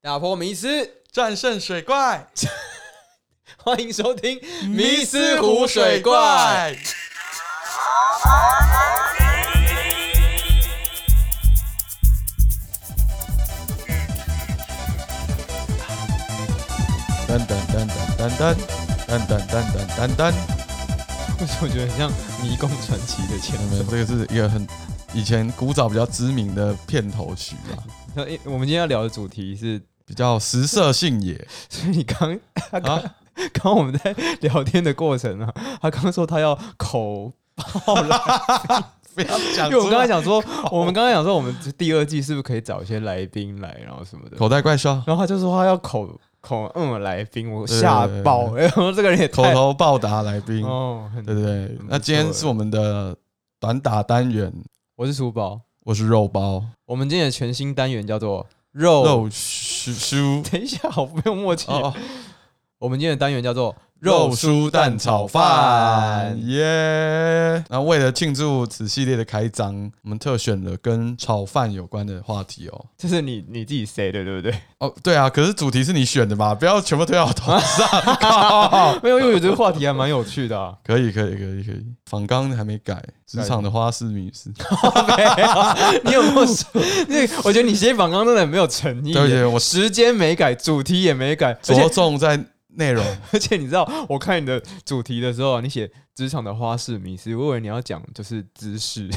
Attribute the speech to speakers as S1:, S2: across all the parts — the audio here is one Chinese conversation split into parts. S1: 打破迷思，
S2: 战胜水怪，
S1: 欢迎收听《
S2: 迷
S1: 迷
S2: 失
S1: 思
S2: 湖
S1: 湖
S2: 水
S1: 水怪》。
S2: 怪。噔噔噔噔噔噔噔噔噔噔噔，
S1: 为什么觉得很像《迷宫传奇》的前
S2: 你们这个是一个很以前古早比较知名的片头曲啊，
S1: 那诶我们今天要聊的主题是，
S2: 比较食色性 也
S1: 所以你刚他刚
S2: 啊。
S1: 刚我们在聊天的过程啊，他刚说他要口，
S2: 不要讲
S1: 因为我们刚才讲说，我们刚才讲说，我们第二季是不是可以找一些来宾来，然后什 么的，
S2: 口袋怪兽，
S1: 然后他就说他要口口嗯来宾，我
S2: 对对
S1: 吓
S2: 对对
S1: 爆， 然后这个人也
S2: 口
S1: 太
S2: 头报答来宾，
S1: 哦，很
S2: 对不对？
S1: 很
S2: 那
S1: 不
S2: 今天
S1: 错
S2: 是
S1: 欸
S2: 我们的短打单元，
S1: 我是书包，
S2: 我是肉包
S1: 我们今天的全新单元叫做肉
S2: 肉叔叔
S1: 等一下，好没有默契。
S2: 哦，
S1: 我们今天的单元叫做
S2: 肉酥蛋炒饭
S1: 肉
S2: 耶！那为了庆祝此系列的开张，我们特选了跟炒饭有关的话题哦。
S1: 这是你你自己 say 的，对不对？
S2: 哦，对啊，可是主题是你选的吧？不要全部推到我头上。 靠
S1: 没有，因为我觉得话题还蛮有趣的、
S2: 。
S1: 啊
S2: 可以，可以，可以，可以。仿纲还没改，职场的花式迷失。
S1: 没有，你有没有？那个我觉得你写访纲真的很没有诚意耶。
S2: 对不起，我
S1: 时间没改，主题也没改，而
S2: 着
S1: 且
S2: 重在内容。
S1: 而且你知道，我看你的主题的时候啊，你写职场的花式迷思，我以为你要讲就是姿 势，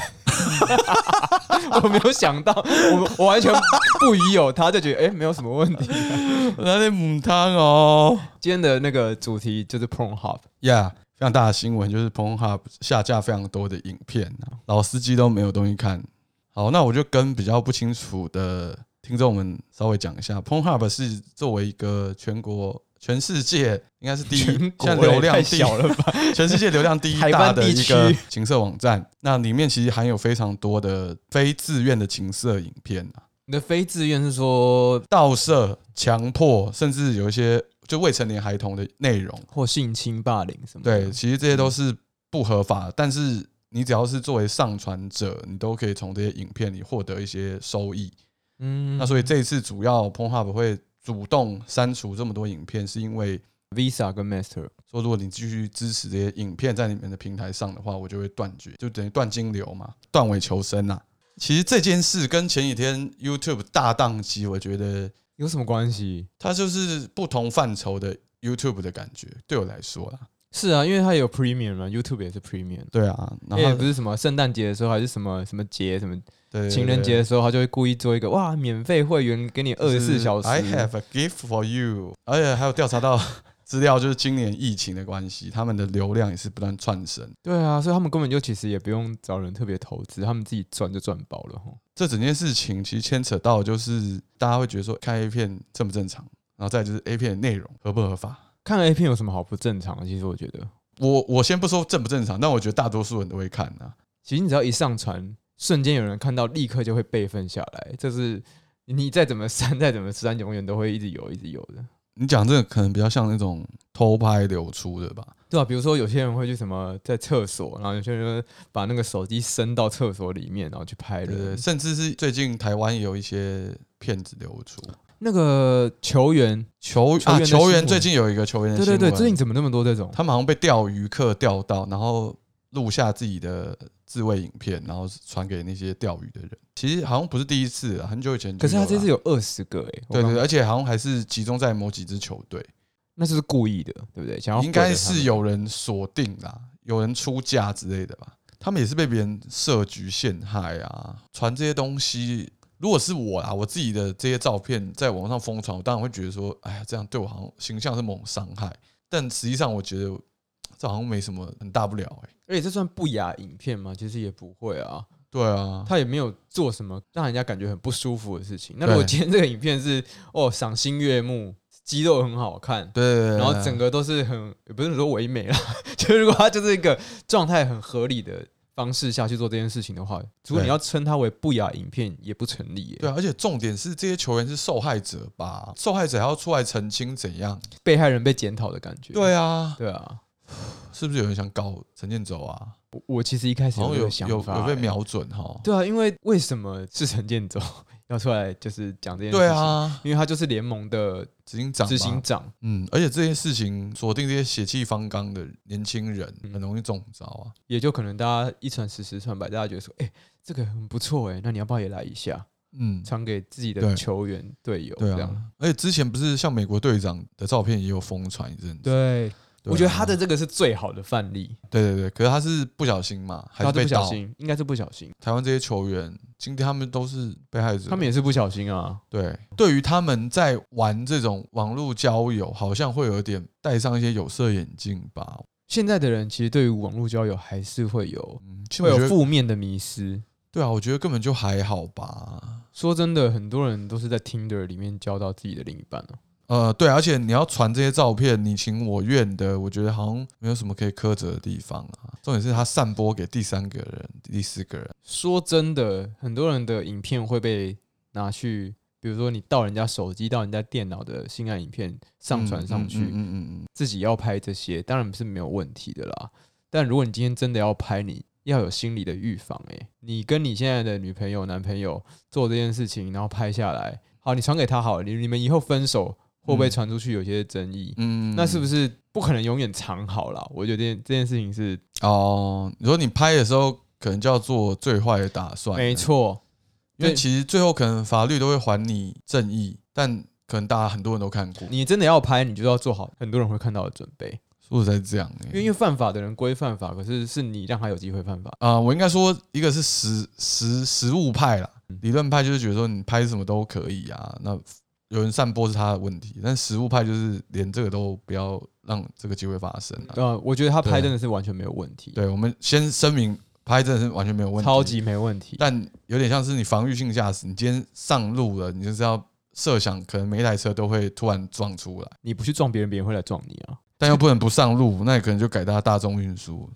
S1: 我没有想到，我我完全不疑有他，就觉得哎、诶没有什么问题。
S2: 那你母汤哦。
S1: 今天的那个主题就是 Porn Hub，
S2: Yeah，非常大的新闻就是 Pornhub 下架非常多的影片啊，老司机都没有东西看。好，那我就跟比较不清楚的听众们稍微讲一下，Pornhub 是作为一个全国、全世界应该是第一，
S1: 全
S2: 现
S1: 国
S2: 在流量
S1: 太
S2: 第
S1: 小了 吧？
S2: 全世界流量第一
S1: 台
S2: 大
S1: 湾
S2: 的
S1: 地
S2: 一个
S1: 区
S2: 情色网站。那里面其实含有非常多的非自愿的情色影片啊，
S1: 你的非自愿是说
S2: 盗摄、强迫，甚至有一些就未成年孩童的内容。
S1: 或性侵、霸凌什么的？
S2: 对，其实这些都是不合法，但是你只要是作为上传者，你都可以从这些影片里获得一些收益。
S1: 嗯
S2: 那所以这一次主要 Pornhub 会主动删除这么多影片，是因为
S1: Visa 跟 Master
S2: 说如果你继续支持这些影片在你们的平台上的话，我就会断绝，就等于断金流嘛，断尾求生啊。其实这件事跟前几天 YouTube 大宕机，我觉得
S1: 有什么关系？
S2: 它就是不同范畴的 YouTube 的感觉，对我来说啦。
S1: 是啊，因为它有 Premium 嘛，YouTube 也是 Premium。
S2: 对啊，然
S1: 也
S2: 后
S1: 不是什么圣诞节的时候，还是什么什么节，什么
S2: 对对
S1: 情人
S2: 对
S1: 节的时候，他就会故意做一个哇，免费会员给你二十四小时。
S2: I have a gift for you。而且还有调查到 资料，就是今年疫情的关系，他们的流量也是不断窜升。
S1: 对啊，所以他们根本就其实也不用找人特别投资，他们自己赚就赚饱了吼。
S2: 这整件事情其实牵扯到，就是大家会觉得说看 A 片正不正常，然后再来就是 A 片的内容合不合法。
S1: 看 A 片有什么好不正常的？其实我觉得，
S2: 我我先不说正不正常，但我觉得大多数人都会看啊。
S1: 其实你只要一上传，瞬间有人看到，立刻就会备份下来。这是你再怎么删， 再怎么删，永远都会一直有，一直有的。
S2: 你讲这个可能比较像那种偷拍流出的吧？
S1: 对啊，比如说有些人会去什么在厕所，然后有些人就把那个手机伸到厕所里面，然后去拍
S2: 对
S1: 人。
S2: 对，甚至是最近台湾也有一些骗子流出
S1: 那个球员
S2: 球
S1: 球
S2: 啊
S1: 员的
S2: 球
S1: 新
S2: 员
S1: 闻
S2: 最近有一个球员的
S1: 对
S2: 新
S1: 对
S2: 闻，
S1: 对，最近怎么那么多这种？
S2: 他们好像被钓鱼客钓到，然后录下自己的自卫影片，然后传给那些钓鱼的人。其实好像不是第一次啊，很久以前就
S1: 可是
S2: 有
S1: 他
S2: 啦
S1: 这次有二十个哎、我
S2: 对对
S1: 刚
S2: 对，，而且好像还是集中在某几支球队，
S1: 那就是故意的，对不对？想要
S2: 应该
S1: 毁了他们
S2: 是有人锁定啦，有人出价之类的吧。他们也是被别人设局陷害啊，传这些东西。如果是我啊，我自己的这些照片在网上疯传，我当然会觉得说，哎呀，这样对我好像形象是某种伤害。但实际上，我觉得这好像没什么很大不了、欸，
S1: 而且这算不雅影片吗？其实也不会啊，
S2: 对啊，
S1: 他也没有做什么让人家感觉很不舒服的事情。那如果
S2: 对
S1: 今天这个影片是哦赏心悦目，肌肉很好看，
S2: 对对啊对，
S1: 然后整
S2: 个
S1: 个都是很也不是说唯美啦， 就是如果他就是一个状态很合理的方式下去做这件事情的话，如果
S2: 对
S1: 你要称它为不雅影片，也不成立耶。
S2: 对啊，而且重点是这些球员是受害者吧？受害者还要出来澄清怎样？
S1: 被害人被检讨的感觉。
S2: 对啊，
S1: 对啊，
S2: 是不是有人想搞陈建州啊？
S1: 我我其实一开始
S2: 好像
S1: 这
S2: 有
S1: 个想
S2: 有
S1: 法、
S2: 有被
S1: 欸
S2: 瞄准哈？
S1: 对啊，因为为什么是陈建州？ 要出来就是讲这件事情。
S2: 对，啊，
S1: 因为他就是联盟的
S2: 执行长嘛，啊
S1: 执行长，
S2: 嗯，而且这些事情锁定这些血气方刚的年轻人，
S1: 嗯
S2: 很容易中招啊。
S1: 也就可能大家一传十，十传百，大家觉得说，哎、这个很不错哎、那你要不要也来一下，
S2: 嗯，
S1: 传给自己的
S2: 对
S1: 球员队友
S2: 对
S1: 这样？
S2: 啊，而且之前不是像美国队长的照片也有疯传一阵子，
S1: 对，
S2: 对啊
S1: 我觉得他的这个是最好的范例，
S2: 对对对，可是他是不小心嘛，还
S1: 他是
S2: 是被
S1: 不小
S2: 盗。
S1: 心，应该是不小心，
S2: 台湾这些球员今天他们都是被害者，
S1: 他们也是不小心啊。
S2: 对对于他们在玩这种网络交友，好像会有点戴上一些有色眼镜吧。
S1: 现在的人其实对于网络交友还是会有
S2: 嗯，其实
S1: 会
S2: 我
S1: 有
S2: 觉得
S1: 负面的迷失。
S2: 对啊，我觉得根本就还好吧。
S1: 说真的，很多人都是在 Tinder 里面交到自己的另一半哦、
S2: 呃，对，而且你要传这些照片，你情我愿的，我觉得好像没有什么可以苛责的地方啊。重点是他散播给第三个人、第四个人，
S1: 说真的，很多人的影片会被拿去，比如说你盗人家手机、盗人家电脑的性爱影片上传上去，
S2: 嗯嗯嗯嗯嗯
S1: 自己要拍这些，当然是没有问题的啦。但如果你今天真的要拍，你要有心理的预防、欸。你跟你现在的女朋友、男朋友做这件事情，然后拍下来，好，你传给他好了，你你们以后分手会不会
S2: 嗯
S1: 传出去有些争议？
S2: 嗯，嗯
S1: 那是不
S2: 是
S1: 是不可能永远藏好啦？我觉得这件事情是
S2: 哦？你说你拍的时候，可能就要做最坏的打算，
S1: 没，错，
S2: 因为
S1: 对
S2: 其实最后可能法律都会还你正义，但可能大家很多人都看过，
S1: 你真的要拍，你就要做好很多人会看到的准备，
S2: 说实在这样、欸
S1: 因为因为犯法的人归犯法，可是是你让他有机会犯法。
S2: 啊、我应该说一个是实实实物派啦，
S1: 嗯
S2: 理论派就是觉得说你拍什么都可以啊，那有人散播是他的问题，但实物派就是连这个都不要让这个机会发生啊。
S1: 对、啊，我觉得他拍
S2: 对
S1: 真的是完全没有问题，
S2: 对，我们先声明，拍真的是完全没有问题，
S1: 超，级没问题。
S2: 但有点像是你防御性驾驶，你今天上路了，你就是要设想可能每一台车都会突然撞出来，
S1: 你不去撞别人，别人会来撞你啊。
S2: 但又不能不上路，那你可能就改搭大众运输，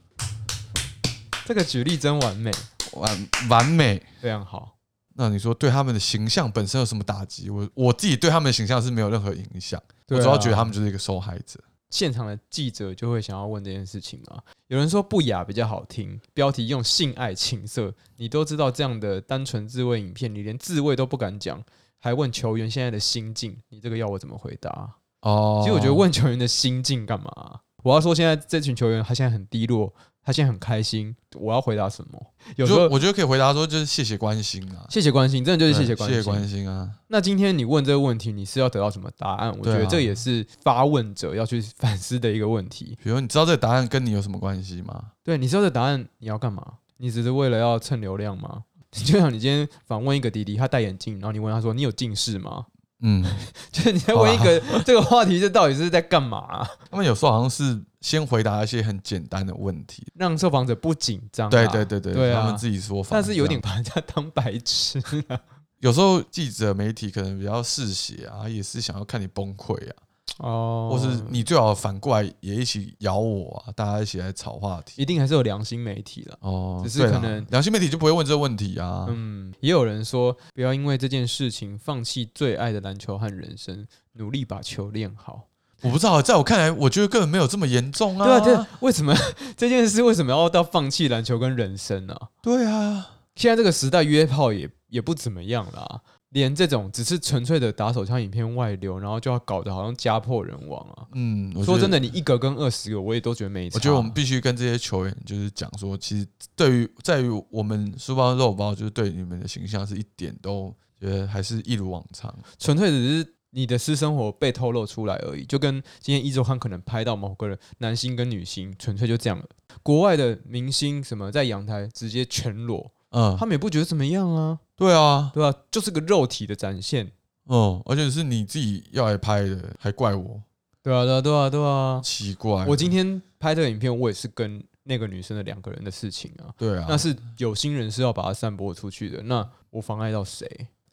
S1: 这个举例真完美，
S2: 完完美。
S1: 非常好。
S2: 那你说对他们的形象本身有什么打击？我我自己对他们的形象是没有任何影响，
S1: 对啊
S2: 我主要觉得他们就是一个受害者。
S1: 现场的记者就会想要问这件事情嘛？有人说不雅比较好听，标题用性爱情色，你都知道这样的单纯自慰影片，你连自慰都不敢讲，还问球员现在的心境，你这个要我怎么回答？
S2: 哦
S1: 其实我觉得问球员的心境干嘛、我要说现在这群球员他现在很低落，他现在很开心，我要回答什么？有时
S2: 就
S1: 候
S2: 我觉得可以回答说，就是谢谢关心啊，
S1: 谢谢关心，真的就是谢谢
S2: 对
S1: 关
S2: 谢
S1: 心。
S2: 谢关心啊。
S1: 那今天你问这个问题，你是要得到什么答案？我觉
S2: 对
S1: 得
S2: 啊
S1: 这也是发问者要去反思的一个问题。
S2: 比如你知道这个答案跟你有什么关系吗？
S1: 对，你知道这答案你要干嘛？你只是为了要蹭流量吗？ 就像你今天访问一个弟弟，他戴眼镜，然后你问他说：“你有近视吗
S2: 嗯，？”
S1: 就是你在问一个这个话题，这到底是在干嘛啊、
S2: 他们有时候好像是先回答一些很简单的问题，
S1: 让受访者不紧张、啊。
S2: 对对对对，
S1: 对啊
S2: 他们自己说法，
S1: 但是有点
S2: 这样
S1: 把人家当白痴、 啊。
S2: 有时候记者媒体可能比较嗜血啊，也是想要看你崩溃啊，
S1: 哦，
S2: 或是你最好反过来也一起咬我啊，大家一起来炒话题。啊
S1: 一定还是有良心媒体啦。
S2: 哦，
S1: 只是
S2: 对
S1: 可
S2: 啦
S1: 能
S2: 良心媒体就不会问这个问题啊。
S1: 嗯，也有人说，不要因为这件事情放弃最爱的篮球和人生，努力把球练好。
S2: 我不知道，在我看来，我觉得根本没有这么严重啊。
S1: 对啊，这为什么 这件事为什么要到放弃篮球跟人生呢、
S2: 对啊，
S1: 现在这个时代，约炮也也不怎么样啦，连这种只是纯粹的打手枪影片外流，然后就要搞得好像家破人亡啊。
S2: 嗯，我
S1: 说
S2: 觉
S1: 真
S2: 得，
S1: 的，啊你一个跟二十个，我也都觉得没差。
S2: 我觉得我们必须跟这些球员就是讲说，其实对于在于我们书包肉包，就是对你们的形象是一点都觉得还是一如往常。
S1: 纯粹只是你的私生活被透露出来而已，就跟今天一周刊可能拍到某个人男星跟女星，纯粹就这样了。国外的明星什么在阳台直接全裸，
S2: 嗯
S1: 他，们也不觉得怎么样啊，
S2: 对啊，
S1: 对吧、就是个肉体的展现，
S2: 嗯，而且是你自己要来拍的，还怪我，
S1: 对啊，对啊，对啊，对啊。
S2: 奇怪。
S1: 我今天拍这个影片，我也是跟那个女生的两个人的事情啊，
S2: 对啊，
S1: 那是有心人是要把它散播出去的，那我妨碍到谁？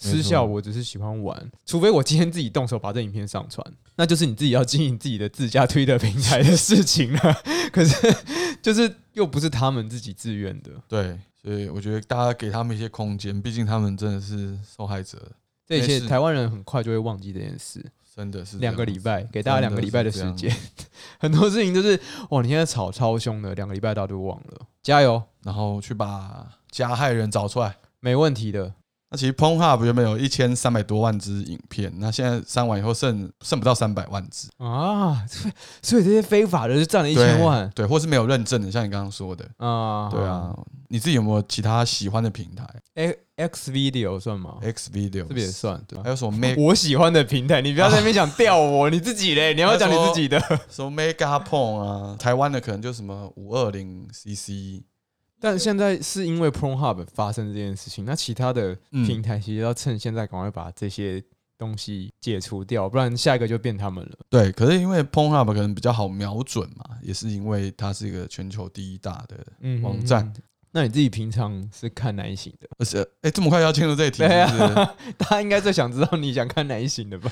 S2: 没错
S1: 私下我只是喜欢玩，除非我今天自己动手把这影片上传， 那就是你自己要经营自己的自家推特平台的事情了。 可是就是又不是他们自己自愿的，
S2: 对，所以我觉得大家给他们一些空间，毕竟他们真的是受害者，
S1: 这一切
S2: 没事
S1: 台湾人很快就会忘记这件事。
S2: 真的是这
S1: 两
S2: 样
S1: 个礼拜，给大家
S2: 真的
S1: 两个礼拜的
S2: 是
S1: 时
S2: 这样
S1: 间， 很多事情就是哇，你现在吵超凶的，两个礼拜大家都忘了，加油，
S2: 然后去把加害人找出来。
S1: 没问题的。
S2: 那其实 Pornhub 原本有一千三百多万支影片，那现在删完以后剩剩不到三百万支，
S1: 啊，所以所以这些非法的就占了一千万
S2: 对，或是没有认证的，像你刚刚说的，
S1: 啊，
S2: 对啊。你自己有没有其他喜欢的平台
S1: ，X X Video 算吗？
S2: ？X Video
S1: 哦这不也哦算对吧
S2: 还有什么 Meg
S1: 我喜欢的平台，你不要在那边想吊我，你自己 嘞，你要讲你自己的。
S2: 什么 Mega Porn 啊？台湾的可能就什么五二零 CC，
S1: 但现在是因为 Pornhub 发生这件事情，那其他的
S2: 嗯
S1: 平台其实要趁现在赶快把这些东西解除掉，不然下一个就变他们了。
S2: 对，可是因为 Pornhub 可能比较好瞄准嘛，也是因为它是一个全球第一大的，
S1: 嗯
S2: 网站
S1: 嗯嗯那你自己平常是看哪一型的？
S2: 而且哎、诶这么快就要进入这一题，是
S1: 对啊
S2: 不是？
S1: 大家应该最想知道你想看哪一型的吧？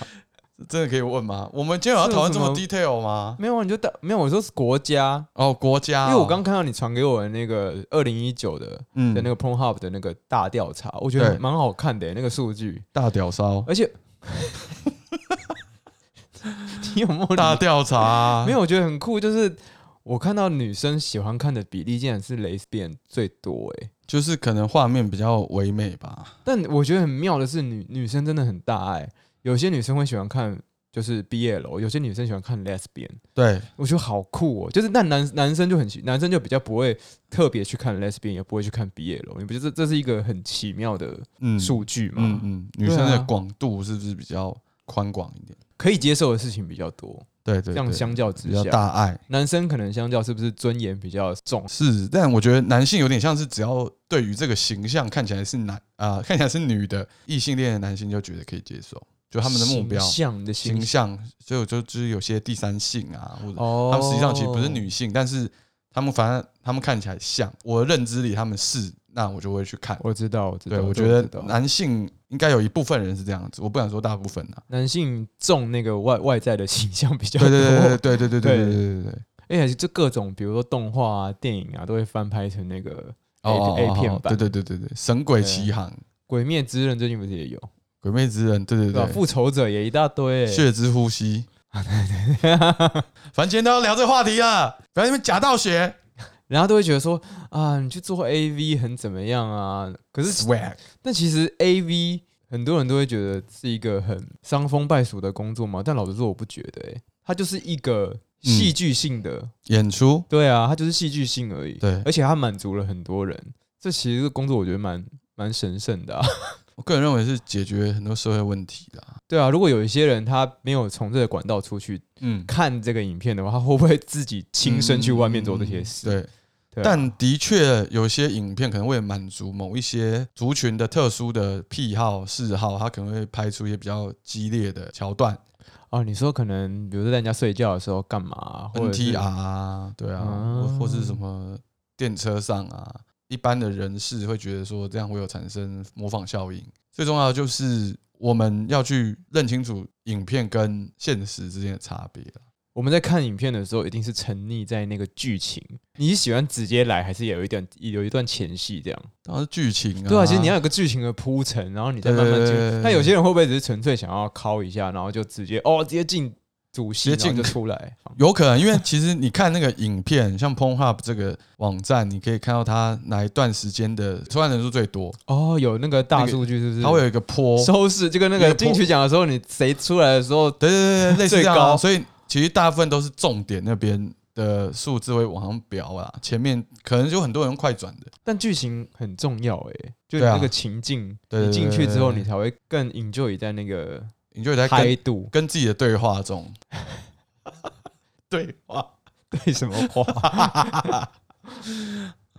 S2: 真的可以问吗？我们今天有要讨论这么
S1: 是
S2: detail 吗？
S1: 没有，啊，你就大没有，我说是国家，
S2: 哦，国家
S1: 因
S2: 哦，
S1: 为我刚看到你传给我的那个二零一九的
S2: 嗯
S1: 的那个 Pornhub 的那个大调查，我觉得
S2: 对
S1: 蛮好看的、那个数据，
S2: 大哦屌骚，
S1: 而且你有没有
S2: 大调查啊，
S1: 没有，我觉得很酷，就是我看到女生喜欢看的比例竟然是蕾丝边最多哎、
S2: 就是可能画面比较唯美吧。
S1: 但我觉得很妙的是女女生真的很大爱、有些女生会喜欢看就是 BL，有些女生喜欢看 lesbian，
S2: 对，
S1: 我觉得好酷哦、就是但男男生就很奇男生就比较不会特别去看 lesbian，也不会去看 BL，你不觉得这这是一个很奇妙的
S2: 嗯，
S1: 数据吗？
S2: 嗯嗯，女
S1: 对
S2: 生的
S1: 啊
S2: 广度是不是比较宽广一点？
S1: 可以接受的事情比较多，
S2: 对
S1: 这
S2: 对对，
S1: 样相较之
S2: 比较
S1: 下，
S2: 大爱。
S1: 男生可能相较是不是尊严比较重？
S2: 是，但我觉得男性有点像是只要对于这个形象看起来是男啊、看起来是女的异性恋的男性就觉得可以接受，就他们的目标
S1: 形象你的
S2: 形
S1: 形
S2: 象，就就就是有些第三性啊，或者
S1: 哦，
S2: 他们实际上其实不是女性，但是他们反正他们看起来像，我的认知里他们是，那我就会去看。
S1: 我知道，我知道。
S2: 对，我
S1: 这
S2: 觉
S1: 知道
S2: 得男性应该有一部分人是这样子，我不敢说大部分啊。
S1: 男性重那个外外在的形象比较
S2: 对
S1: 多，
S2: 对对对对对对对
S1: 对
S2: 对对对。
S1: 而且这各种比如说动画啊、电影啊，都会翻拍成那个 A
S2: 哦
S1: A 片
S2: 哦
S1: 版。
S2: 对对对对对，神鬼
S1: 对
S2: 奇航、
S1: 鬼灭之刃》最近不是也有，
S2: 鬼灭之刃，对对
S1: 对吧？
S2: 对，
S1: 复仇者也一大堆、欸。
S2: 血之呼吸。反正今天都要聊这话题啊，不要因为假道学。
S1: 然后都会觉得说啊，你去做 A V 很怎么样啊？可是，
S2: Swag，
S1: 但其实 A V 很多人都会觉得是一个很伤风败俗的工作嘛。但老实说，我不觉得、欸，它就是一个戏剧性的，
S2: 演出，
S1: 对啊，它就是戏剧性而已。
S2: 对
S1: 而且它满足了很多人。这其实这个工作我觉得蛮蛮神圣的、啊，
S2: 我个人认为是解决很多社会问题的啊。
S1: 对啊。如果有一些人他没有从这个管道出去
S2: 嗯，
S1: 看这个影片的话，他会不会自己亲身去外面做这些事？
S2: 嗯对，
S1: 对啊
S2: 但的确有些影片可能为了满足某一些族群的特殊的癖好嗜好，它可能会拍出一些比较激烈的桥段
S1: 哦，你说可能比如说在人家睡觉的时候干嘛啊，或者是
S2: ，NTR 啊，对啊，
S1: 啊
S2: 或或是什么电车上啊，一般的人士会觉得说这样会有产生模仿效应。最重要的就是我们要去认清楚影片跟现实之间的差别啊啦
S1: 我们在看影片的时候，一定是沉溺在那个剧情。你是喜欢直接来，还是有一段有一段前戏这样？
S2: 当然是剧情啊，
S1: 对啊，其实你要有个剧情的铺陈，然后你再慢慢
S2: 对对对对
S1: 进。
S2: 对
S1: 那有些人会不会只是纯粹想要敲一下，然后就直接哦直接进主戏，
S2: 直接进
S1: 然后就出来？
S2: 有可能，因为其实你看那个影片，像 Pornhub 这个网站，你可以看到它哪一段时间的收看人数最多，
S1: 哦，有那个大
S2: 那个
S1: 数据是不是？
S2: 它会有一个坡，
S1: 收视，就跟那
S2: 那
S1: 个
S2: 个播
S1: 金曲奖的时候，你谁出来的时候，
S2: 对对对对，类似这
S1: 最
S2: 样啊。
S1: 高
S2: 所以其实大部分都是重点那边的数字会往上飙啦，前面可能就很多人快转的。
S1: 但剧情很重要诶、就你
S2: 对啊
S1: 那个情境，
S2: 对对
S1: 你进去之后，
S2: 对对对
S1: 你才会更 enjoy 在那个
S2: 你就在
S1: 嗨
S2: 跟
S1: 度
S2: 跟自己的对话中，对话。
S1: 对什么话？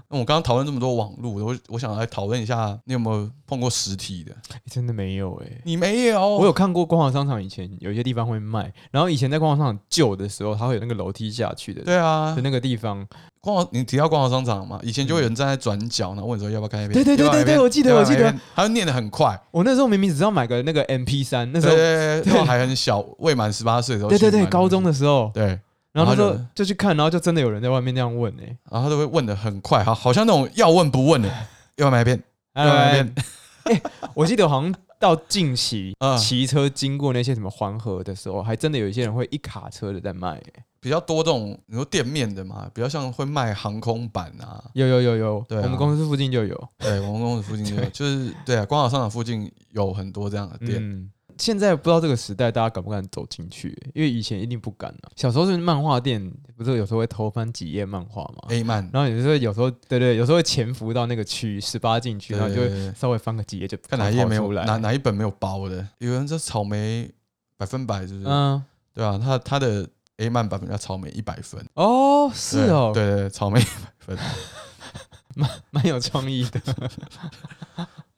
S2: 那我刚刚讨论这么多网络，我我想来讨论一下，你有没有碰过实体的？
S1: 真的没有诶、
S2: 你没有，
S1: 我有看过光华商场，以前有一些地方会卖，然后以前在光华商场旧的时候，它会有那个楼梯下去的
S2: 对啊
S1: 的，那个地方，
S2: 逛到你提到逛到商场嘛，以前就会有人站在转角，然后问说要不要看那
S1: 对
S2: 边？
S1: 对对
S2: 要不
S1: 对对
S2: 要那边
S1: 我记得
S2: 要不要
S1: 我记得
S2: 那边，他就念得很快，
S1: 我那时候明明只知道买个那个 MP 三，那
S2: 对
S1: 时候
S2: 对对，对
S1: 对
S2: 然后还很小，未满十八岁的时候去
S1: 对
S2: 买东
S1: 对
S2: 西，
S1: 对，高中
S2: 的
S1: 的时候，
S2: 对，
S1: 然后那时
S2: 然后
S1: 候
S2: 就
S1: 就去看，然后就真的有人在外面那样问欸诶、
S2: 然后他都会问得很快，好好像那种要问不问的，要不要买一遍？要不要买一
S1: 啊 哎
S2: 遍？
S1: 我记得好像到近期
S2: 嗯
S1: 骑车经过那些什么黄河的时候，还真的有一些人会一卡车的在卖、欸
S2: 比较多这种你说店面的嘛，比较像会卖航空版啊，
S1: 有有有有，
S2: 对啊
S1: 我们公司附近就有。
S2: 对，我们公司附近就有，就是对啊，光华商场附近有很多这样的店，
S1: 嗯，现在不知道这个时代大家敢不敢走进去、欸因为以前一定不敢啊。小时候是漫画店，不是有时候会偷翻几页漫画嘛？
S2: A 漫，
S1: 然后有时候有时候对对，有时候会潜伏到那个区十八禁区，
S2: 对
S1: 然后就
S2: 对对
S1: 会
S2: 对
S1: 稍微翻个几页就
S2: 看哪一页没
S1: 跑
S2: 有
S1: 出来。
S2: 哪哪一本没有包的，有人这草莓百分百是不是？
S1: 嗯，
S2: 对啊，他他的 A 漫版本叫草莓一百分，
S1: 哦，是
S2: 对
S1: 哦，
S2: 对对对，草莓一百分。
S1: 蛮有创意的。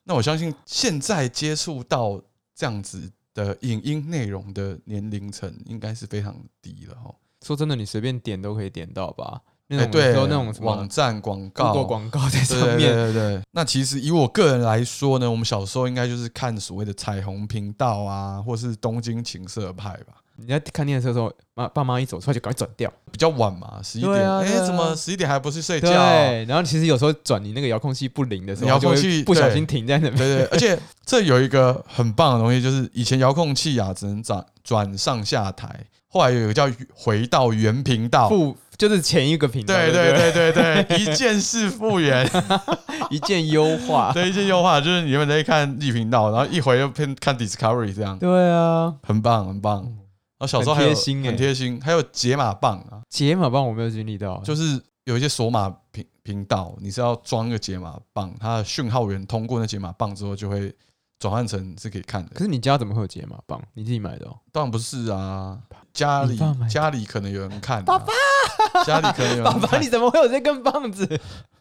S2: 那我相信现在接触到这样子的影音内容的年龄层应该是非常低了哈。
S1: 说真的，你随便点都可以点到吧？那
S2: 哎，
S1: 种
S2: 对
S1: 有时，候那种什么
S2: 网站广告
S1: Google 广告在
S2: 对对
S1: 上
S2: 对
S1: 面，
S2: 对对。那其实以我个人来说呢，我们小时候应该就是看所谓的彩虹频道啊，或是东京情色派吧，
S1: 你在看电视的时候，妈爸妈一走出来就赶快转掉。
S2: 比较晚嘛，十一
S1: 对
S2: 点。
S1: 啊
S2: 哎
S1: 对，啊
S2: 怎么十一点还不去睡觉？
S1: 对，然后其实有时候转你那个遥控器不灵的时候，
S2: 遥控
S1: 就会
S2: 器
S1: 不小
S2: 对
S1: 心停在那边。
S2: 对对，而且这有一个很棒的东西，就是以前遥控器啊只能转转上下台，后来有一个叫回到原频道。
S1: 不就是前一个频道，
S2: 对
S1: 对
S2: 对对对 对，一键式复原，
S1: 不对，一键优化。
S2: 对一键优化，就是你原本在看一频道，然后一回又变看 Discovery 这样，
S1: 对啊，
S2: 很棒很棒。然后小时候
S1: 很
S2: 还
S1: 贴
S2: 有
S1: 心欸
S2: 很贴心，还有解码棒啊，
S1: 解码棒我没有经历到，
S2: 就是有一些锁码频频道，你是要装一个解码棒，它的讯号源通过那解码棒之后就会转换成是可以看的
S1: 可。是你家怎么会有解码棒？你自己买的、哦？
S2: 当然不是啊，家里
S1: 你爸买的
S2: 家里可能有人看、啊，爸爸， 家里可能有
S1: 爸
S2: 人
S1: 爸，
S2: 看，
S1: 你怎么会有这根棒子？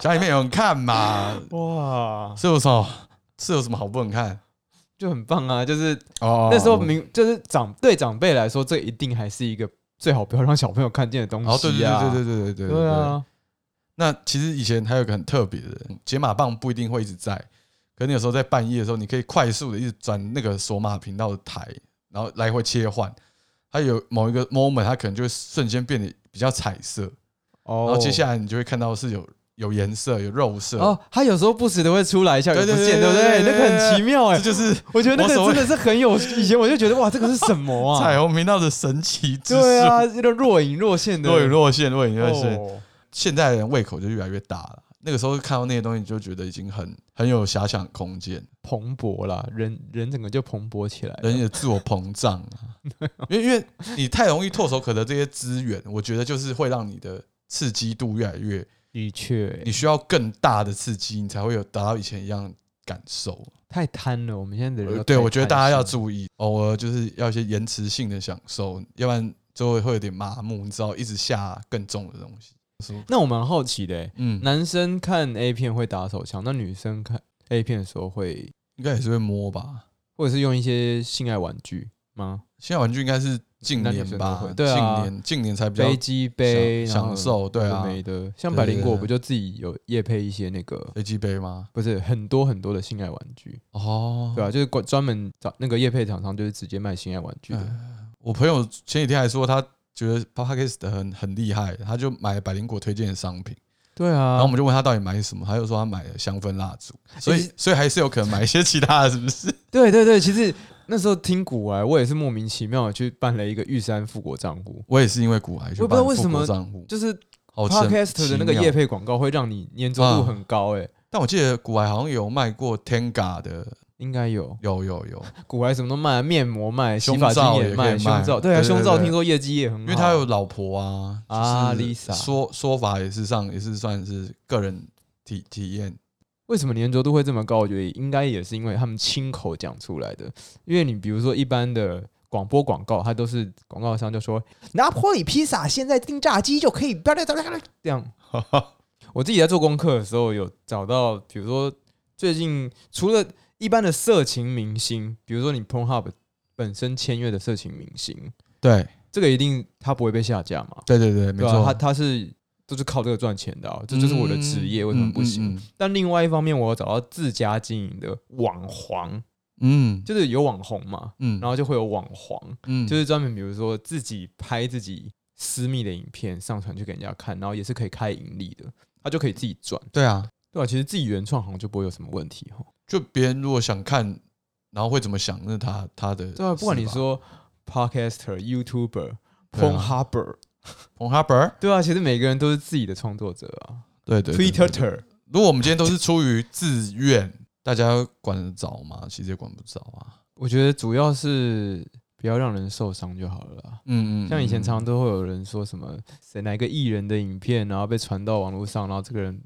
S2: 家里面有人看嘛，
S1: 哇，
S2: 是有什么是有什么好不能看？
S1: 就很棒啊！就是
S2: 哦，
S1: 那时候明，就是长对长辈来说，这一定还是一个最好不要让小朋友看见的东西、啊。
S2: 哦，对对对对对对对对
S1: 对啊！
S2: 那其实以前还有一个很特别的，解码棒不一定会一直在，可是你有时候在半夜的时候，你可以快速的一直转那个索马频道的台，然后来回切换。它有某一个 moment，它可能就会瞬间变得比较彩色，
S1: 哦，
S2: 然后接下来你就会看到是有有颜色、有肉色。
S1: 哦，他有时候不时的会出来一下，有
S2: 对
S1: 不
S2: 对
S1: 见，对不
S2: 对
S1: 对？
S2: 对对
S1: 那个很奇妙哎
S2: 这，就是
S1: 我觉得那个
S2: 我所谓哦
S1: 真的是很有，以前我就觉得哇，这个是什么 啊？
S2: 彩虹频道的神奇之处，
S1: 对啊，这个若隐若现的，
S2: 若隐若现，若隐若现。
S1: 哦
S2: 现在人胃口就越来越大了，那个时候看到那些东西，你就觉得已经很很有遐想空间。
S1: 蓬勃啦，人人整个就蓬勃起来了。
S2: 人也自我膨胀 啊，因为因为你太容易唾手可得这些资源，我觉得就是会让你的刺激度越来越，
S1: 的确
S2: 你，需要更大的刺激，你才会有达到以前一样的感受。
S1: 太贪了，我们现在的人
S2: 呃
S1: 都
S2: 对，
S1: 太
S2: 我觉得大家要
S1: 贪心了
S2: 注意，偶尔就是要一些延迟性的享受，要不然就会会有点麻木，你知道，一直下更重的东西。说
S1: 那我蛮好奇的欸，
S2: 嗯，
S1: 男生看 A 片会打手枪，那女生看 A 片的时候会，
S2: 应该也是会摸吧？
S1: 或者是用一些性爱玩具吗？
S2: 现在玩具应该是近
S1: 男女生
S2: 年
S1: 都
S2: 吧
S1: 会？对
S2: 近
S1: 啊
S2: 年近年才比较
S1: 飞机杯
S2: 享
S1: 然后
S2: 享受对啊
S1: 有的没的，像
S2: 对
S1: 百
S2: 对
S1: 灵
S2: 对
S1: 果不就自己有夜配一些那个，
S2: 飞机杯吗？
S1: 不是很多很多的性爱玩具，
S2: 哦，
S1: 对啊，就是专专门找那个夜配厂商，就是直接卖性爱玩具的。
S2: 嗯我朋友前几天还说，他觉得 p o d c a s t 很很厉害，他就买百灵果推荐的商品，
S1: 对啊，
S2: 然后我们就问他到底买什么，他就说他买了香氛蜡烛，所
S1: 其
S2: 以所以还是有可能买一些其他的，是 不是？
S1: 对对对，其实那时候听古玩，我也是莫名其妙的去办了一个玉山富国账户，
S2: 我也是因为古癌去
S1: 我不知道
S2: 办
S1: 为什
S2: 富
S1: 么
S2: 国账户，
S1: 就是
S2: 好神
S1: Podcast 的那个
S2: 奇妙嗯
S1: 业配广告会让你粘着度很高、欸，哎、
S2: 但我记得古癌好像有卖过 Tenga 的，
S1: 应该有
S2: 有有有，
S1: 古玩什么都卖，面膜卖，洗
S2: 胸
S1: 发精
S2: 罩也可以
S1: 卖，胸
S2: 卖
S1: 罩对啊，
S2: 对对
S1: 胸罩
S2: 对
S1: 听说业绩也很好，
S2: 因为他有老婆啊，就是
S1: 啊，Lisa
S2: 说说法也是上也是算是个人体体验，
S1: 为什么粘着度会这么高？我觉得应该也是因为他们亲口讲出来的。因为你比如说一般的广播广告，它都是广告商就说拿坡里披萨现在订炸鸡就可以，叭啦叭啦叭啦这 样。我自己在做功课的时候有找到，比如说最近除了一般的色情明星，比如说你 Pornhub 本身签约的色情明星，
S2: 对
S1: 这个一定他不会被下架嘛？
S2: 对对对，没
S1: 对啊，
S2: 错嗯
S1: 他，他是就是靠这个赚钱的、啊，这就是我的职业，为什么不行？
S2: 嗯？嗯嗯
S1: 但另外一方面，我有找到自家经营的网黄，
S2: 嗯
S1: 就是有网红嘛，
S2: 嗯，
S1: 然后就会有网黄，
S2: 嗯
S1: 就是专门比如说自己拍自己私密的影片上传去给人家看，然后也是可以开盈利的，他就可以自己赚，
S2: 对啊，
S1: 对吧、其实自己原创好像就不会有什么问题哈。
S2: 就别人如果想看然后会怎么想，那是他他的
S1: 对啊，不管你
S2: 事吧
S1: 说 podcaster、YouTuber、p
S2: 对
S1: o n
S2: 啊
S1: h u b e r
S2: Pon Harper，
S1: 对啊，其实每个人都是自己的创作者啊。
S2: 对对
S1: t
S2: 对
S1: w i t t e
S2: 对
S1: r
S2: 如果我们今天都是出于自愿，大家管得着吗？其实也管不着啊。
S1: 我觉得主要是不要让人受伤就好了啦。
S2: 嗯
S1: 像以前常常都会有人说什么谁哪个艺人的影片，然后被传到网络上，然后这个人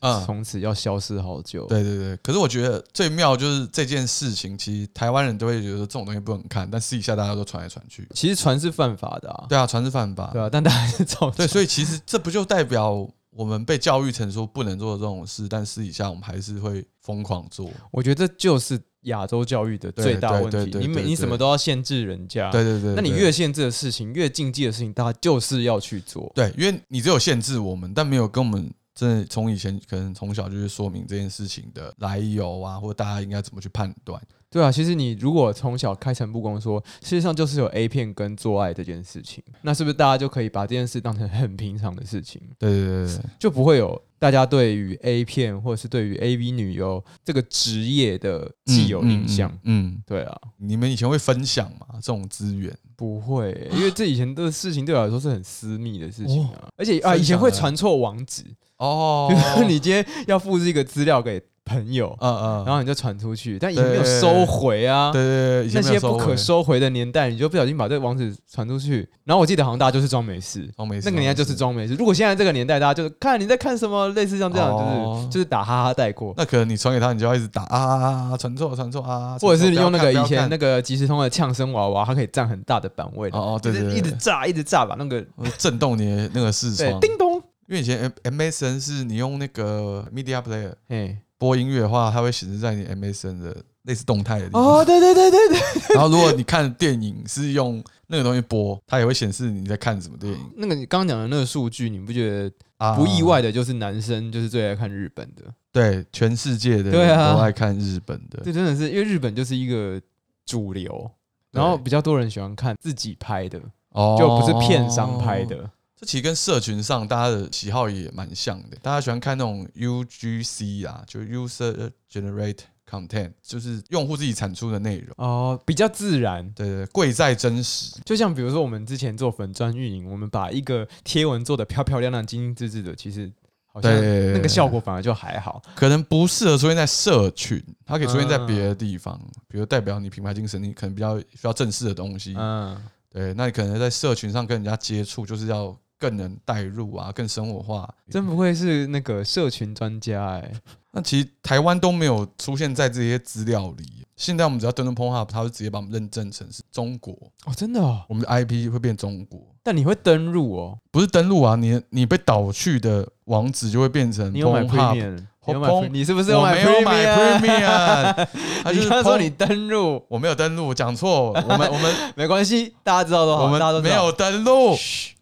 S2: 嗯
S1: 从此要消失好久。
S2: 对对对，可是我觉得最妙就是这件事情，其实台湾人都会觉得这种东西不能看，但私底下大家都传来传去。
S1: 其实传是犯法的啊，
S2: 对啊，传是犯法。
S1: 对啊，但大家还是照
S2: 对，
S1: 传
S2: 所以其实这不就代表我们被教育成说不能做这种事，但私底下我们还是会疯狂做。
S1: 我觉得这就是亚洲教育的
S2: 对
S1: 最大
S2: 对
S1: 问
S2: 对
S1: 题。
S2: 对
S1: 你每
S2: 对
S1: 你什
S2: 对
S1: 么都要限制人家，
S2: 对对对，
S1: 那你
S2: 对
S1: 越限制的事情，越禁忌的事情，大家就是要去做。
S2: 对，因为你只有限制我们，但没有跟我们真的从以前可能从小就是说明这件事情的来由啊，或者大家应该怎么去判断。
S1: 对啊，其实你如果从小开诚布公说，世界上就是有 A 片跟做爱这件事情，那是不是大家就可以把这件事当成很平常的事情，
S2: 对对对对
S1: 就不会有大家对于 A 片或者是对于 AV 女优这个职业的既有印象？
S2: 嗯。嗯嗯
S1: 对啊，
S2: 你们以前会分享嘛？这种资源，
S1: 不会欸、因为这以前的事情对我来说是很私密的事情啊，而且啊，
S2: 分
S1: 以前
S2: 享
S1: 会
S2: 了
S1: 传错网址，
S2: 哦
S1: 比如说 你今天要复制一个资料给朋友，
S2: 嗯嗯，
S1: 然后你就传出去，但以前没有收回啊。
S2: 对对对，以
S1: 那
S2: 前没有
S1: 些不可
S2: 回
S1: 收回的年代，你就不小心把这个网址传出去。然后我记得好像大家就是装没事，
S2: 装哦没事，
S1: 那个年代就是
S2: 装
S1: 装没事。如果现在这个年代，大家就是看你在看什么，类似像这样，就
S2: 哦
S1: 是就是打哈哈带过
S2: 没事。，那可能你传给他，你就要一直打啊啊啊啊，传错传错啊，
S1: 或者是用那个以前那
S2: 那
S1: 个即时通的呛声娃娃，它可以占很大的版位，
S2: 哦哦，
S1: 就
S2: 对对
S1: 是一直
S2: 对
S1: 炸一直炸，把那个
S2: 对，震动你的那个视
S1: 对
S2: 窗，
S1: 叮咚，
S2: 因为以前 M MSN 是你用那个 Media Player
S1: 哎
S2: 播音乐的话，它会显示在你 MSN 的类似动态的地方。
S1: 哦，对对对对对，
S2: 然后如果你看电影是用那个东西播，它也会显示你在看什么电影。
S1: 那个你刚刚讲的那个数据，你不觉得
S2: 啊
S1: 不意外的就是男生就是最爱看日本的，
S2: 对，全世界的
S1: 对啊
S2: 人都爱看日本的，
S1: 这真的是因为日本就是一个主流，然后比较多人喜欢看自己拍的，
S2: 哦
S1: 就不是片商拍的。
S2: 这其实跟社群上大家的喜好也蛮像的，大家喜欢看那种 UGC 啊，就 User Generate Content，就是用户自己产出的内容。
S1: 哦，比较自然，
S2: 对对对，贵在真实。
S1: 就像比如说我们之前做粉砖运营，我们把一个贴文做的漂漂亮亮、精精致致的，其实好像
S2: 对，
S1: 那个效果反而就还好。
S2: 可能不适合出现在社群，它可以出现在别的地方，比如代表你品牌精神，你可能比较需要正式的东西。
S1: 嗯，
S2: 对，那你可能在社群上跟人家接触，就是要更能代入啊，更生活化。
S1: 真不愧是那个社群专家哎、
S2: 那其实台湾都没有出现在这些资料里。现在我们只要登登 p o n h u b 它就直接把我们认证成是中国，
S1: 哦，真的哦。
S2: 我们的 IP 会变中国。
S1: 但你会登录哦，
S2: 不是登录啊，你你被导去的网址就会变成
S1: 你有买
S2: Pornhub
S1: premium，你有买
S2: 我
S1: pre- 你是不是
S2: 我没有买
S1: premium？啊
S2: Premium，它就
S1: 你
S2: 是
S1: 刚说
S2: Porn-
S1: 你登录，
S2: 我没有登录，讲 错，我们我们
S1: 没关系，大家知道都好，
S2: 我
S1: 哦大家都
S2: 们
S1: 知
S2: 没
S1: 道
S2: 有登录，
S1: 嘘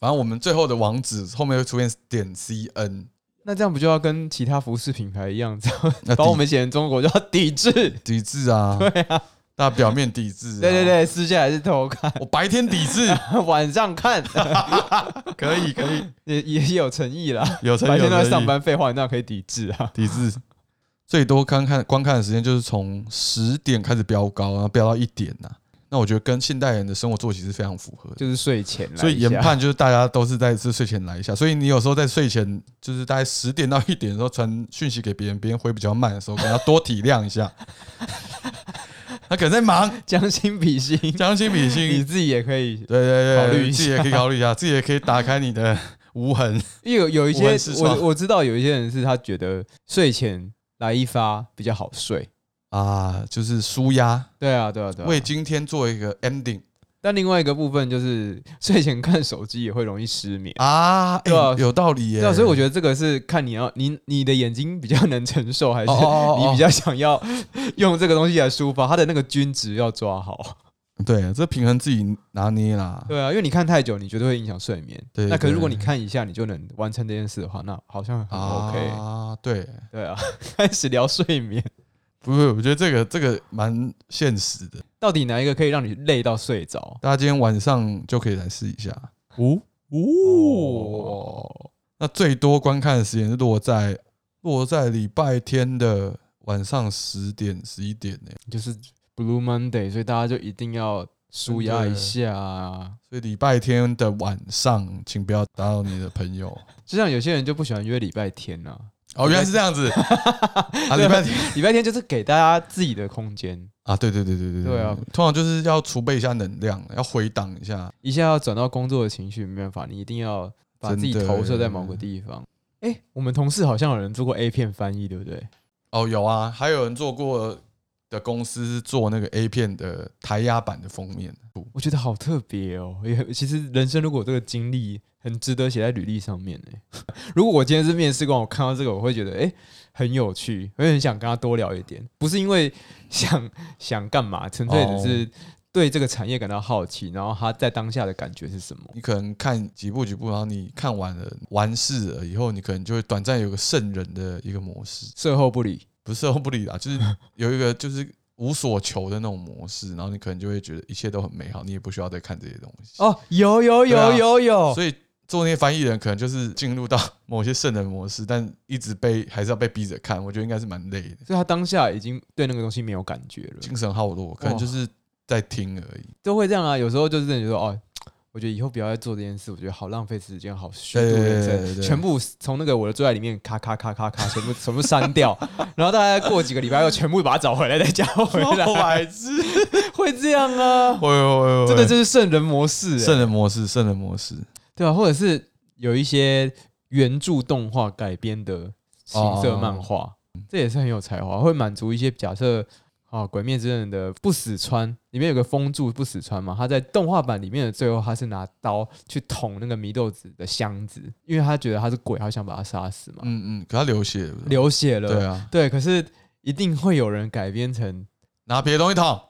S2: 反正我们最后的网址后面会出现 点 cn，
S1: 那这样不就要跟其他服饰品牌一样，这样
S2: 那
S1: 把我
S2: 抵
S1: 们写成中国就要抵制？
S2: 抵制啊，对啊，那表面抵制，
S1: 对对，对，私下还是偷看，
S2: 我白天抵制，
S1: 晚上看
S2: 可以可以，
S1: 也也有诚意啦。
S2: 有
S1: 白
S2: 成
S1: 天
S2: 有
S1: 都在
S2: 诚意
S1: 上班，废话那可以抵制啊。
S2: 抵制。最多观看观看的时间就是从十点开始飙高，然后飙到一点呐、那我觉得跟现代人的生活作息是非常符合的。
S1: 就是睡前来一下，
S2: 所以研判就是大家都是在这睡前来一下，所以你有时候在睡前就是大概十点到一点的时候传讯息给别人，别人回比较慢的时候，可能要多体谅 一下。他可能在忙，
S1: 将心比心，
S2: 将心比
S1: 你
S2: 心。
S1: 自己也可以。
S2: 对对对，
S1: 考虑一下
S2: 自己也可以考 虑一下，自己也可以打开你的无痕。
S1: 因为有有一
S2: 无
S1: 些
S2: 痕是
S1: 我
S2: 窗
S1: 我知道有一些人是他觉得睡前来一发比较好睡。
S2: 啊，就是舒压，
S1: 对啊，对啊，对啊。
S2: 为今天做一个 ending
S1: 但另外一个部分就是睡前看手机也会容易失眠。
S2: 啊，
S1: 对啊
S2: 欸有道理耶。
S1: 对啊，所以我觉得这个是看你要你你的眼睛比较能承受，还是
S2: 哦哦哦
S1: 你比较想要用这个东西来抒发，它的那个均值要抓好。
S2: 对，这平衡自己拿捏啦。
S1: 对啊，因为你看太久，你绝对会影响睡眠。
S2: 对
S1: 那可是
S2: 对
S1: 如果你看一下，你就能完成这件事的话，那好像很 OK。
S2: 啊，对，
S1: 对啊， 开始聊睡眠，
S2: 不是，我觉得这个这个蛮现实的，
S1: 到底哪一个可以让你累到睡着？
S2: 大家今天晚上就可以来试一下。
S1: 哦
S2: 哦，那最多观看的时间是落在落在礼拜天的晚上十点、十一点呢、
S1: 就是 Blue Monday，所以大家就一定要舒压一下啊。
S2: 所以礼拜天的晚上，请不要打扰你的朋 友。
S1: 就像有些人就不喜欢约礼拜天啊，
S2: 哦，原来是这 样子啊！礼拜天
S1: 礼拜天就是给大家自己的空间，
S2: 啊，对对对对对
S1: 对啊，
S2: 通常就是要储备一下能量，要回档一下。
S1: 一下要转到工作的情绪，没办法，你一定要把自己
S2: 真的
S1: 投射在某个地方。哎、我们同事好像有人做过 A 片翻译，对不对？
S2: 哦，有啊，还有人做过的公司是做那个 A 片的台压版的封面，
S1: 我觉得好特别哦，也其实人生如果有这个经历很值得写在履历上面呢。 如果我今天是面试官，我看到这个，我会觉得哎、诶很有趣，我也很想跟他多聊一点，不是因为想 想干嘛，纯粹只
S2: 哦
S1: 是对这个产业感到好奇，然后他在当下的感觉是什么。
S2: 你可能看几部几部，然后你看完了完事了以后，你可能就会短暂有个圣人的一个模式，
S1: 售后不理，
S2: 不是哦不理啦，就是有一个就是无所求的那种模式，然后你可能就会觉得一切都很美好，你也不需要再看这些东西。
S1: 哦，有有
S2: 对啊
S1: 有有有，
S2: 所以做那些翻译人，可能就是进入到某些圣人模式，但一直被还是要被逼着看，我觉得应该是蛮累的，
S1: 所以他当下已经对那个东西没有感觉了，
S2: 精神耗弱，可能就是在听而已。
S1: 都会这样啊。有时候就是真的觉得哦，我觉得以后不要再做这件事，我觉得好浪费时间，好虚度
S2: 对对
S1: 人
S2: 对对
S1: 生，
S2: 对
S1: 全部从那个我的最爱里面咔咔咔咔咔，全部 全部删掉，然后大概过几个礼拜又全部把它找回来，再加回来，
S2: 白痴！
S1: 会这样啊。
S2: 哎呦哎呦，
S1: 真的就是圣人模式、欸，
S2: 圣人模式，圣人模式。
S1: 对啊吧、或者是有一些原著动画改编的情
S2: 哦
S1: 色漫画，这也是很有才华，会满足一些假设啊，《鬼灭之刃》的不死川里面有个风柱不死川嘛，他在动画版里面的最后，他是拿刀去捅那个祢豆子的箱子，因为他觉得他是鬼，他想把他杀死嘛，
S2: 嗯嗯，可他流血了，
S1: 流血了，
S2: 对啊，
S1: 对，可是一定会有人改编成
S2: 拿别的东西捅。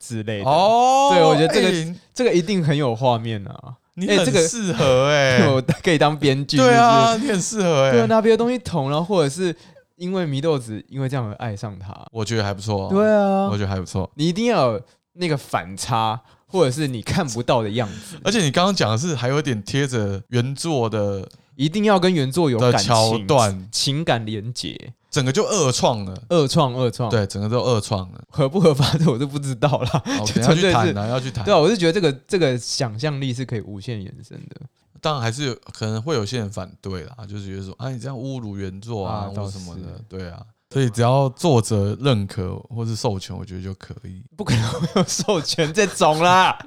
S1: 之类的，哦、
S2: 哦，
S1: 对我觉得这个
S2: 哎
S1: 这个一定很有画面啊，
S2: 你
S1: 哎这个
S2: 很适合 哎，
S1: 我可以当编剧，
S2: 对
S1: 是不是
S2: 啊，你很适合
S1: 对啊，
S2: 哎，
S1: 拿别的东西捅，然后或者是因为祢豆子因为这样而爱上他。
S2: 我觉得还不错，
S1: 对啊
S2: 我，觉得还不错。
S1: 你一定要有那个反差，或者是你看不到的样子，
S2: 而且你刚刚讲的是还有点贴着原作的
S1: 一定要跟原作有
S2: 的
S1: 感
S2: 桥
S1: 情、
S2: 段，
S1: 情感连结。
S2: 整个就二创了。
S1: 二创二创，，
S2: 对，整个都二创 了。
S1: 合不合法这我就不知道啦。
S2: 哦，
S1: 就
S2: 等一下
S1: 纯粹
S2: 去谈
S1: 是
S2: 啊，要去谈
S1: 对。啊，我是觉得这个这个想象力是可以无限延伸的。
S2: 当然还是有可能会有些人反对啦，就是觉得说，啊，你这样侮辱原作啊，
S1: 啊
S2: 或
S1: 倒
S2: 什么的
S1: 是，
S2: 对啊。所以只要作者认可或是授权，我觉得就可以。
S1: 不可能会有授权这种 啦，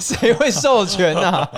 S1: 谁会授权呐、啊？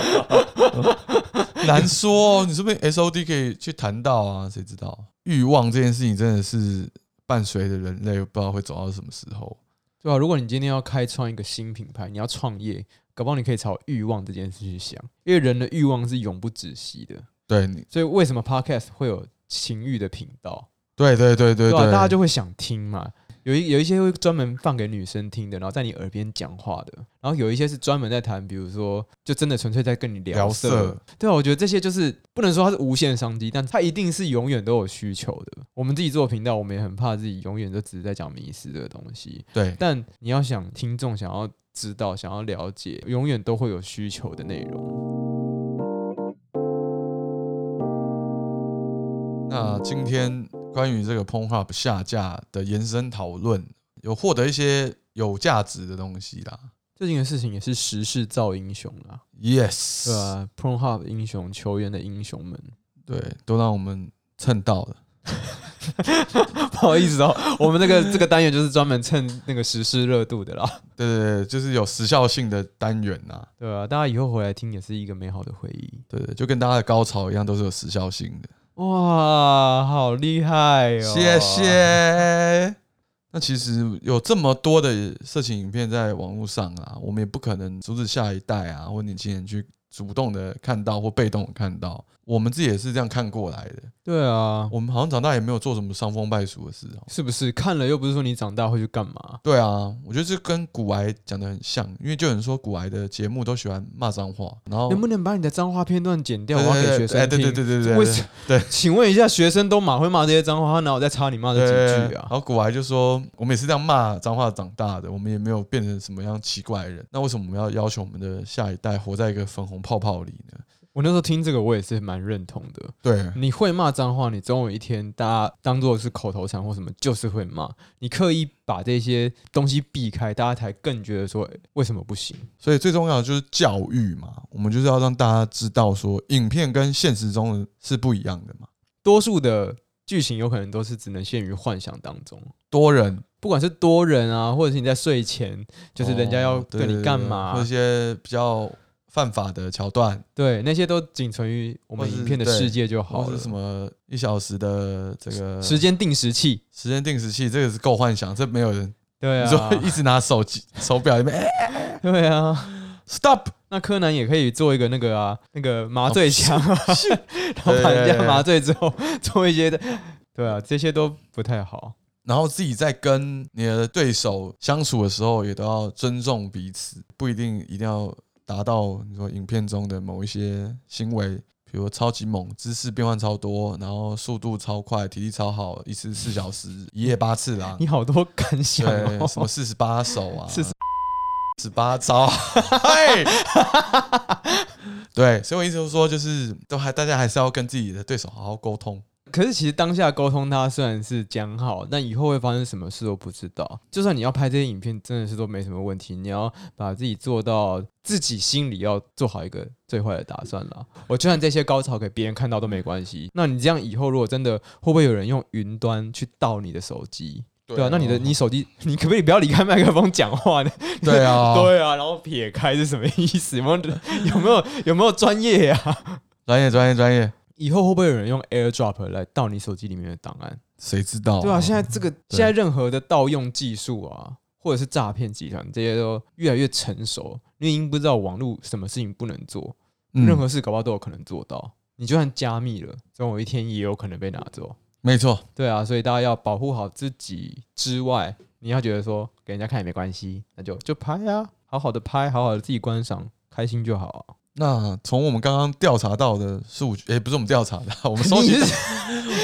S2: 难说哦，你说不定 S O D 可以去谈到啊，谁知道？欲望这件事情真的是伴随着人类，不知道会走到什么时候。
S1: 对啊，如果你今天要开创一个新品牌，你要创业，搞不好你可以朝欲望这件事去想，因为人的欲望是永不止息的。
S2: 对你，
S1: 所以为什么 podcast 会有情欲的频道？
S2: 对对对对
S1: 对吧、
S2: 对，
S1: 大家就会想听嘛。有一有一些会专门放给女生听的，然后在你耳边讲话的，然后有一些是专门在谈，比如说就真的纯粹在跟你
S2: 聊
S1: 色。
S2: 色
S1: 对啊，我觉得这些就是不能说它是无限商机，但它一定是永远都有需求的。我们自己做频道，我们也很怕自己永远就只是在讲迷失这个东西，
S2: 对，
S1: 但你要想听众想要知道、想要了解，永远都会有需求的内容。
S2: 那今天关于这个 p o n h u b 下架的延伸讨论，有获得一些有价值的东西啦。
S1: 最近的事情也是时势造英雄啦。
S2: Yes，
S1: 对啊，Pornhub 英雄球员的英雄们，
S2: 对，都让我们蹭到了。
S1: 不好意思哦，我们这 个这个单元就是专门蹭那个时事热度的啦。
S2: 对对对，就是有时效性的单元呐、
S1: 对啊，大家以后回来听也是一个美好的回忆。
S2: 对对，就跟大家的高潮一样，都是有时效性的。
S1: 哇，好厉害哦！
S2: 谢。谢。那其实有这么多的色情影片在网络上啊，我们也不可能阻止下一代啊或年轻人去主动的看到或被动的看到。我们自己也是这样看过来的。
S1: 对啊，
S2: 我们好像长大也没有做什么伤风败俗的事哦。
S1: 是不是看了又不是说你长大会去干嘛？
S2: 对啊，我觉得这跟古癌讲的很像，因为就有人说古癌的节目都喜欢骂脏话，然后
S1: 能不能把你的脏话片段剪掉，我要
S2: 对
S1: 给
S2: 对
S1: 学
S2: 对
S1: 生
S2: 哎
S1: 听？
S2: 对对对对对
S1: 为
S2: 对
S1: 什
S2: 对，
S1: 请问一下，学生都马会骂这些脏话，他哪有在插你骂
S2: 对
S1: 这几句
S2: 然
S1: 啊？
S2: 后古玩就说，我们也是这样骂脏话长大的，我们也没有变成什么样奇怪的人。那为什么我们要要求我们的下一代活在一个粉红泡泡里呢？
S1: 我那时候听这个，我也是蛮认同的。
S2: 对，
S1: 你会骂脏话，你总有一天大家当做是口头禅或什么，就是会骂。你刻意把这些东西避开，大家才更觉得说、 诶为什么不行？
S2: 所以最重要的就是教育嘛，我们就是要让大家知道说，影片跟现实中的是不一样的嘛。
S1: 多数的剧情有可能都是只能限于幻想当中，
S2: 多人
S1: 不管是多人啊，或者是你在睡前，就是人家要
S2: 哦
S1: 对你干嘛，
S2: 或一些比较犯法的桥段，
S1: 对那些都仅存于我们
S2: 或是
S1: 影片的
S2: 对
S1: 世界就
S2: 或
S1: 好
S2: 者
S1: 了。
S2: 什么呃一小时的这个
S1: 时
S2: 时
S1: 间定时器？
S2: 时间定时器，这个是够幻想，这没有人。
S1: 对
S2: 你
S1: 啊
S2: 说，一 直拿手机手表里面，哎
S1: 对啊。
S2: ，stop，
S1: 那柯南也可以做一个那个啊，那个麻醉枪啊， 然后把人
S2: 哦对对
S1: 家
S2: 对
S1: 麻醉之后做一些的，对啊，这些都不太好。
S2: 然后自己在跟你的对手相处的时候，也都要尊重彼此，不一定一定要达到你说影片中的某一些行为，比如超级猛、姿势变换超多，然后速度超快、体力超好，一次四小 时、一夜八次啦，
S1: 你好多感想
S2: 对，
S1: 哦，
S2: 什么 四十八手啊，
S1: 40
S2: 十八招，啊嘿，对，所以我一直都说，就是都还大家还是要跟自己的对手好好沟通。
S1: 可是其实当下沟通，它虽然是讲好，但以后会发生什么事都不知道。就算你要拍这些影片，真的是都没什么问题。你要把自己做到自己心里要做好一个最坏的打算啦。我就算这些高潮给别人看到都没关系。那你这样以后如果真的，会不会有人用云端去盗你的手机？对啊，那你的你手机，你可不可以不要离开麦克风讲话呢？
S2: 对啊，
S1: 对啊，然后撇开是什么意思？有没有有没有有没有专业啊？
S2: 专业专业专业，
S1: 以后会不会有人用 AirDrop 来盗你手机里面的档案？
S2: 谁知道、
S1: 对啊，现在这个现在任何的盗用技术啊，或者是诈骗集团，这些都越来越成熟。你已经不知道网络什么事情不能做，
S2: 嗯
S1: 任何事搞不好都有可能做到。你就算加密了，总有一天也有可能被拿走。
S2: 没错，
S1: 对啊，所以大家要保护好自己之外，你要觉得说给人家看也没关系，那就就拍啊，好好的拍，好好的自己观赏，开心就好啊。
S2: 那从我们刚刚调查到的数据，诶，不是我们调查的， 我们收
S1: 你
S2: 集
S1: 是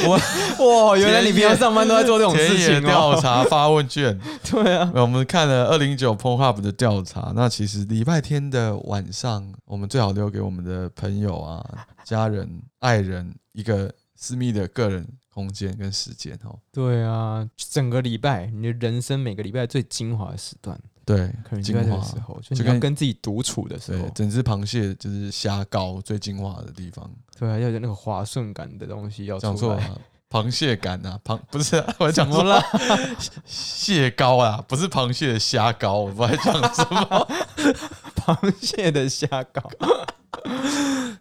S2: 我
S1: 哇， 原来你平常上班都在做这种
S2: 田
S1: 事
S2: 野
S1: 情
S2: 调
S1: 哦。
S2: 查发问卷，
S1: 对啊，
S2: 我们看了二零一九 p o n h u b 的调查。那其实礼拜天的晚上，我们最好留给我们的朋友啊、家人、爱人一个私密的个人空间跟时间哦。
S1: 对啊，整个礼拜，你的人生每个礼拜最精华的时段，
S2: 对
S1: 可，能就
S2: 精
S1: 在这个
S2: 华
S1: 时候，就
S2: 就
S1: 你
S2: 跟
S1: 要跟自己独处的时
S2: 对
S1: 候，，
S2: 整只螃蟹就是虾膏最精华的地方。
S1: 对啊，要有那个滑顺感的东西要
S2: 讲
S1: 出
S2: 错了
S1: 来。
S2: 啊，螃蟹感啊，螃不是、 啊、我
S1: 怎
S2: 讲错
S1: 么了？
S2: 蟹膏啊，不是螃蟹的虾膏，我不知道在讲什么。
S1: 螃蟹的虾膏。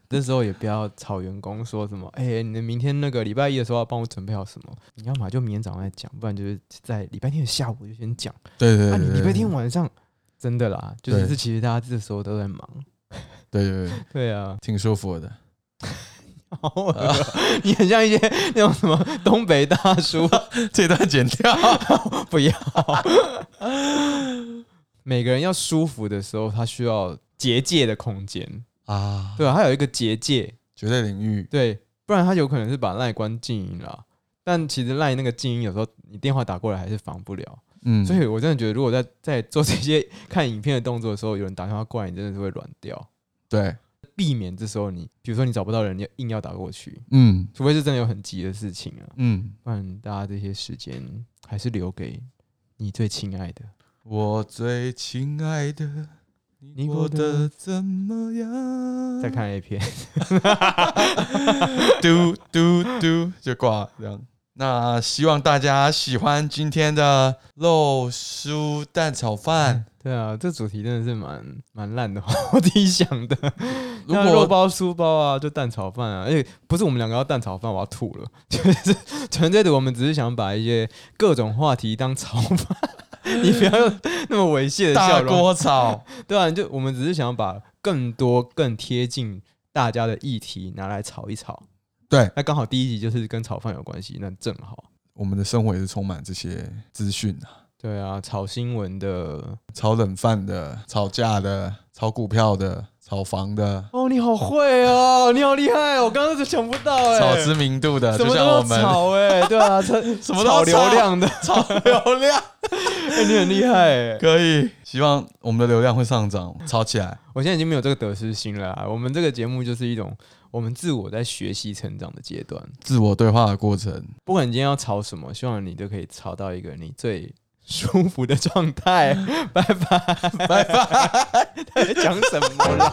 S1: 这时候也不要吵员工说什么，哎、你明天那个礼拜一的时候要帮我准备好什么？你要么就明天早上再讲，不然就是在礼拜天的下午就先讲。
S2: 对对
S1: 啊，
S2: 对
S1: 你礼
S2: 对
S1: 拜
S2: 对
S1: 天晚上真的啦，就是
S2: 对
S1: 是其实大家这时候都在忙。
S2: 对对对，
S1: 对 啊，
S2: 挺舒服的。
S1: 好恶哦 你很像一些那种什么东北大叔，
S2: 这段剪掉，
S1: 不要。每个人要舒服的时候，他需要结界的空间，
S2: 啊，嗯
S1: 对啊，他有一个结界，
S2: 绝对领域，
S1: 对，不然他有可能是把赖关静音了。但其实赖那个静音有时候你电话打过来还是防不了，
S2: 嗯，
S1: 所以我真的觉得，如果在在做这些看影片的动作的时候，有人打电话过来，你真的是会软掉，
S2: 对，
S1: 避免这时候你，比如说你找不到人，你硬要打过去，
S2: 嗯
S1: 除非是真的有很急的事情啊，
S2: 嗯，
S1: 不然大家这些时间还是留给你最亲爱的。
S2: 我最亲爱的，你
S1: 你
S2: 过
S1: 过
S2: 得
S1: 得
S2: 怎么样？
S1: 再，看 A 片，
S2: 嘟嘟嘟就挂这样。那希望大家喜欢今天的肉酥蛋炒饭。
S1: 对啊，这主题真的是蛮蛮烂的， 我自己想的。
S2: 如
S1: 像嗯肉
S2: 果
S1: 包、书包啊，就蛋炒饭啊，而且不是我们两个要蛋炒饭，我要吐了。 就是纯粹的，我们只是想把一些各种话题当炒饭， 你不要用那么猥亵的
S2: 大
S1: 笑容。
S2: 锅炒，
S1: 对啊，就我们只是想把更多、更贴近大家的议题拿来炒一炒。
S2: 对
S1: 那刚好第一集就是跟炒饭有关系，那正好。
S2: 我们的生活也是充满这些资讯啊。
S1: 对啊，炒新闻的
S2: 炒冷饭的、炒架的、炒股票的、炒房的、
S1: 哦，你好会哦，你好厉害哦，我刚刚是想不到哎、
S2: 炒知名度的，
S1: 什
S2: 就
S1: 么都
S2: 像
S1: 要
S2: 我们
S1: 炒哎、对啊，炒
S2: 什么都
S1: 炒
S2: 要
S1: 流量的，
S2: 炒 流量
S1: 哎你很厉害哎、
S2: 可以，希望我们的流量会上涨，炒起来。
S1: 我现在已经没有这个得失心了啊、我们这个节目就是一种我们自我在学习成长的阶段。
S2: 自我对话的过程，
S1: 不管你今天要吵什么，希望你都可以吵到一个你最舒服的状态。 拜拜， 拜拜，在讲什么啦？